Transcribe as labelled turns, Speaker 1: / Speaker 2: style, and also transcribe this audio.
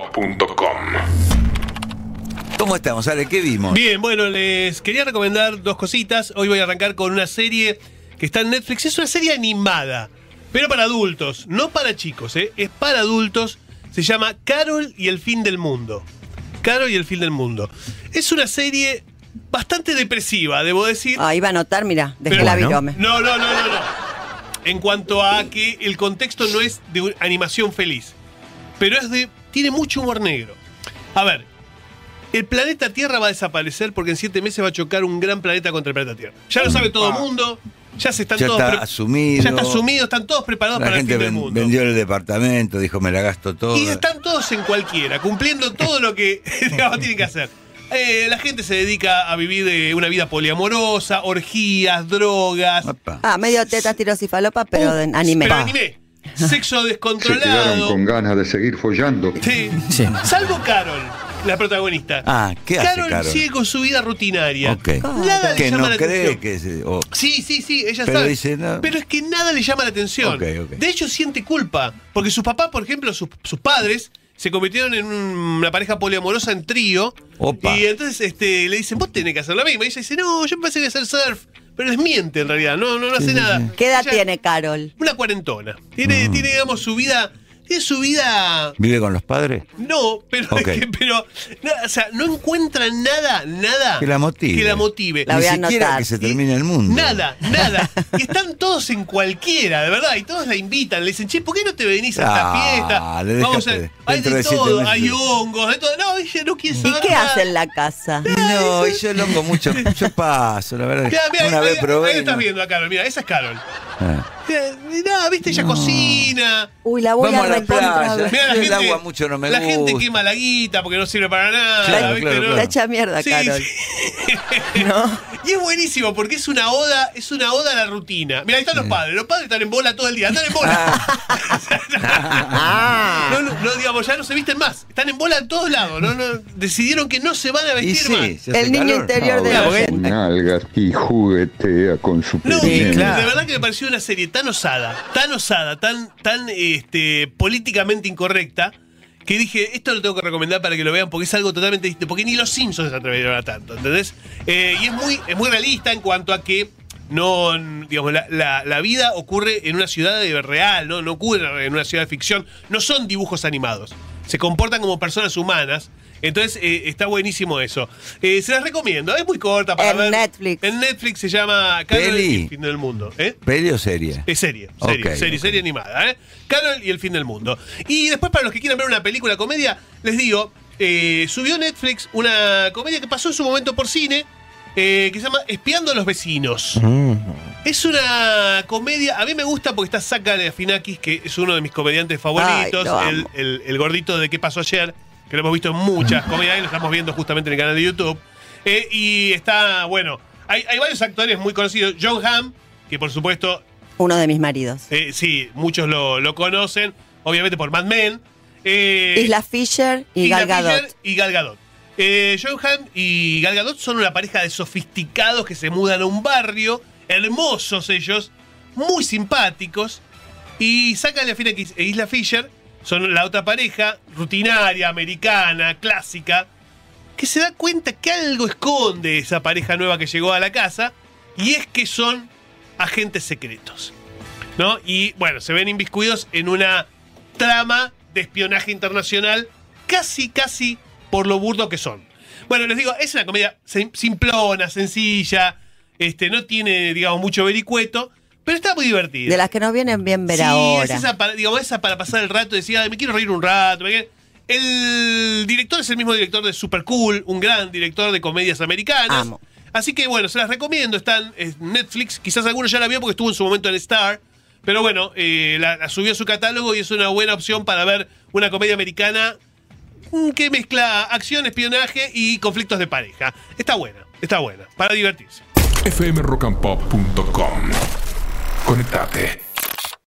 Speaker 1: fmrockandpop.com
Speaker 2: ¿Cómo estamos, Ale? ¿Qué vimos?
Speaker 3: Bien, bueno, les quería recomendar dos cositas. Hoy voy a arrancar con una serie que está en Netflix. Es una serie animada, pero para adultos, no para chicos, ¿eh? es para adultos. Se llama Carol y el fin del mundo. Carol y el fin del mundo. Es una serie bastante depresiva, debo decir.
Speaker 4: Ah, iba a anotar, mira, dejé
Speaker 3: Pero
Speaker 4: la
Speaker 3: bueno.
Speaker 4: virome.
Speaker 3: No, no, no, no, no. En cuanto a que el contexto no es de un- animación feliz, pero es de tiene mucho humor negro. A ver, el planeta Tierra va a desaparecer porque en siete meses va a chocar un gran planeta contra el planeta Tierra. Ya lo sabe todo el mundo. Ya se están
Speaker 2: Ah. Ya
Speaker 3: todos
Speaker 2: está
Speaker 3: pre-
Speaker 2: asumido.
Speaker 3: Ya está asumido, están todos preparados
Speaker 2: La
Speaker 3: para el
Speaker 2: gente
Speaker 3: fin del
Speaker 2: ven-
Speaker 3: mundo.
Speaker 2: vendió el departamento, dijo, me la gasto todo.
Speaker 3: Y están todos en cualquiera, cumpliendo todo lo que digamos, tienen que hacer. Eh, la gente se dedica a vivir eh, una vida poliamorosa, orgías, drogas,
Speaker 2: Apa.
Speaker 4: Ah, medio teta, tiros y falopa, pero de anime.
Speaker 3: Uh, Pero anime. Sexo
Speaker 5: Se quedaron
Speaker 3: descontrolado.
Speaker 5: con ganas de seguir follando.
Speaker 3: Sí.
Speaker 2: Sí.
Speaker 3: Salvo Carol, la protagonista.
Speaker 2: Ah, ¿qué hace
Speaker 3: Carol,
Speaker 2: Carol?
Speaker 3: sigue con su vida rutinaria.
Speaker 2: Ok.
Speaker 3: Nada le
Speaker 2: Que
Speaker 3: llama
Speaker 2: no
Speaker 3: la
Speaker 2: cree
Speaker 3: atención.
Speaker 2: que... se- o-
Speaker 3: Sí, sí, sí, ella
Speaker 2: Pero
Speaker 3: sabe.
Speaker 2: dice, no.
Speaker 3: Pero es que nada le llama la atención.
Speaker 2: Ok, ok.
Speaker 3: De hecho, siente culpa. Porque sus papás, por ejemplo, sus, sus padres, se convirtieron en un- una pareja poliamorosa en trío.
Speaker 2: Opa.
Speaker 3: Y entonces este, le dicen, vos tenés que hacer lo mismo. Y ella dice, no, yo pensé que hacer surf. Pero les miente en realidad, no, no, no hace nada.
Speaker 4: ¿Qué edad
Speaker 3: Ella-
Speaker 4: tiene Carol?
Speaker 3: una cuarentona. Tiene,
Speaker 2: Mm.
Speaker 3: tiene digamos, su vida. Tiene su vida.
Speaker 2: ¿Vive con los padres?
Speaker 3: No, pero,
Speaker 2: Ok.
Speaker 3: es que- pero no, o sea, no encuentra nada, nada
Speaker 2: Que la motive.
Speaker 3: Ah, que la motive.
Speaker 4: La
Speaker 2: Ni
Speaker 4: voy a
Speaker 2: siquiera
Speaker 4: anotar.
Speaker 2: que se
Speaker 3: Y-
Speaker 2: termine el mundo.
Speaker 3: Nada, nada. Y están todos en cualquiera, de verdad. Y todos la invitan. Le dicen, che, ¿por qué no te venís a esta
Speaker 2: Ah,
Speaker 3: fiesta?
Speaker 2: le
Speaker 3: Vamos a,
Speaker 2: dejaste.
Speaker 3: hay
Speaker 2: Dentro
Speaker 3: de
Speaker 2: de siete
Speaker 3: todo,
Speaker 2: meses.
Speaker 3: hay hongos, de todo. No, ella no quiere
Speaker 4: ¿Y
Speaker 3: saber
Speaker 4: qué
Speaker 3: nada.
Speaker 4: hace en la casa?
Speaker 2: Y No, y yo longo mucho, yo paso, la verdad.
Speaker 3: Mirá, mirá,
Speaker 2: una
Speaker 3: ahí-
Speaker 2: vez
Speaker 3: ahí-
Speaker 2: probé.
Speaker 3: ahí
Speaker 2: y
Speaker 3: estás
Speaker 2: no-
Speaker 3: viendo a Carol, mira, esa es Carol.
Speaker 2: Ah.
Speaker 3: Mirá, mirá, viste, ella cocina.
Speaker 4: Uy, la voy
Speaker 2: Vamos a
Speaker 4: a
Speaker 2: la playa. Yo
Speaker 3: Mirá, la
Speaker 4: recontra.
Speaker 2: el
Speaker 3: gente,
Speaker 2: agua mucho no me
Speaker 3: la gente
Speaker 2: gusta.
Speaker 3: quema la guita porque no sirve para nada.
Speaker 2: Claro,
Speaker 3: ¿viste?
Speaker 2: claro,
Speaker 3: No.
Speaker 2: claro.
Speaker 4: Está hecha mierda,
Speaker 3: Sí,
Speaker 4: Carol.
Speaker 3: sí.
Speaker 4: ¿No?
Speaker 3: Y es buenísimo porque es una oda, es una oda a la rutina. Mira, ahí están los padres, los padres están en bola todo el día, están en bola.
Speaker 2: Ah.
Speaker 3: no, no, no, digamos, ya no se visten más, están en bola en todos lados, no, no, decidieron que no se van a
Speaker 2: Y
Speaker 3: vestir más.
Speaker 2: sí, se hace
Speaker 4: El niño
Speaker 2: calor.
Speaker 4: interior de
Speaker 3: Ah,
Speaker 4: la
Speaker 3: bueno.
Speaker 4: gente.
Speaker 5: Nalgas y juguetea con su
Speaker 3: No,
Speaker 5: pene.
Speaker 3: y
Speaker 2: claro.
Speaker 3: de verdad que me pareció una serie tan osada, tan osada, tan, tan este, políticamente incorrecta, que dije, esto lo tengo que recomendar para que lo vean porque es algo totalmente distinto, porque ni los Simpsons se atrevieron a tanto, ¿entendés? Eh, y es muy, es muy realista en cuanto a que no, digamos, la, la- la vida ocurre en una ciudad de- real, ¿no? No ocurre en una ciudad de ficción, no son dibujos animados, se comportan como personas humanas. Entonces eh, está buenísimo eso. Eh, se las recomiendo, es muy corta para
Speaker 4: En
Speaker 3: ver.
Speaker 4: Netflix.
Speaker 3: En Netflix se llama Carol
Speaker 2: Peli.
Speaker 3: y el fin del mundo. ¿eh?
Speaker 2: ¿Peli o serie?
Speaker 3: Es serie, serie,
Speaker 2: Ok,
Speaker 3: serie,
Speaker 2: ok.
Speaker 3: serie animada. ¿eh? Carol y el fin del mundo. Y después, para los que quieran ver una película comedia, les digo: eh, subió Netflix una comedia que pasó en su momento por cine. eh, que se llama Espiando a los vecinos.
Speaker 2: Mm.
Speaker 3: Es una comedia. A mí me gusta porque está Saca de Afinakis, que es uno de mis comediantes favoritos.
Speaker 4: lo
Speaker 3: el,
Speaker 4: amo.
Speaker 3: el- el gordito de ¿Qué pasó ayer? Que lo hemos visto en muchas comedias y lo estamos viendo justamente en el canal de YouTube. Eh, y está, bueno, hay, hay varios actores muy conocidos. John Hamm, que por supuesto
Speaker 4: Uno de mis maridos.
Speaker 3: eh, sí, muchos lo, lo conocen, obviamente por Mad Men. Eh,
Speaker 4: Isla Fisher y
Speaker 3: Isla
Speaker 4: Gal Gadot.
Speaker 3: Fisher y Gal Gadot. Eh, John Hamm y Gal Gadot son una pareja de sofisticados que se mudan a un barrio, hermosos ellos, muy simpáticos. Y sácale a Finakis e Isla Fisher, son la otra pareja, rutinaria, americana, clásica, que se da cuenta que algo esconde esa pareja nueva que llegó a la casa, y es que son agentes secretos. ¿no? Y bueno, se ven inviscuidos en una trama de espionaje internacional casi, casi por lo burdo que son. Bueno, les digo, es una comedia sim- simplona, sencilla, este, no tiene, digamos, mucho vericueto, pero está muy divertida.
Speaker 4: De las que nos vienen bien ver
Speaker 3: sí, es
Speaker 4: ahora.
Speaker 3: esa para, digamos, esa para pasar el rato y decir, "Ay, me quiero reír un rato. me quiero-". El director es el mismo director de Super Cool, un gran director de comedias americanas.
Speaker 4: Amo.
Speaker 3: Así que bueno, se las recomiendo. Están en Netflix. Quizás alguno ya la vio porque estuvo en su momento en Star. Pero bueno, eh, la, la subió a su catálogo y es una buena opción para ver una comedia americana mm, que mezcla acción, espionaje y conflictos de pareja. Está buena, está buena, para divertirse.
Speaker 1: fmrockandpop.com Conectate.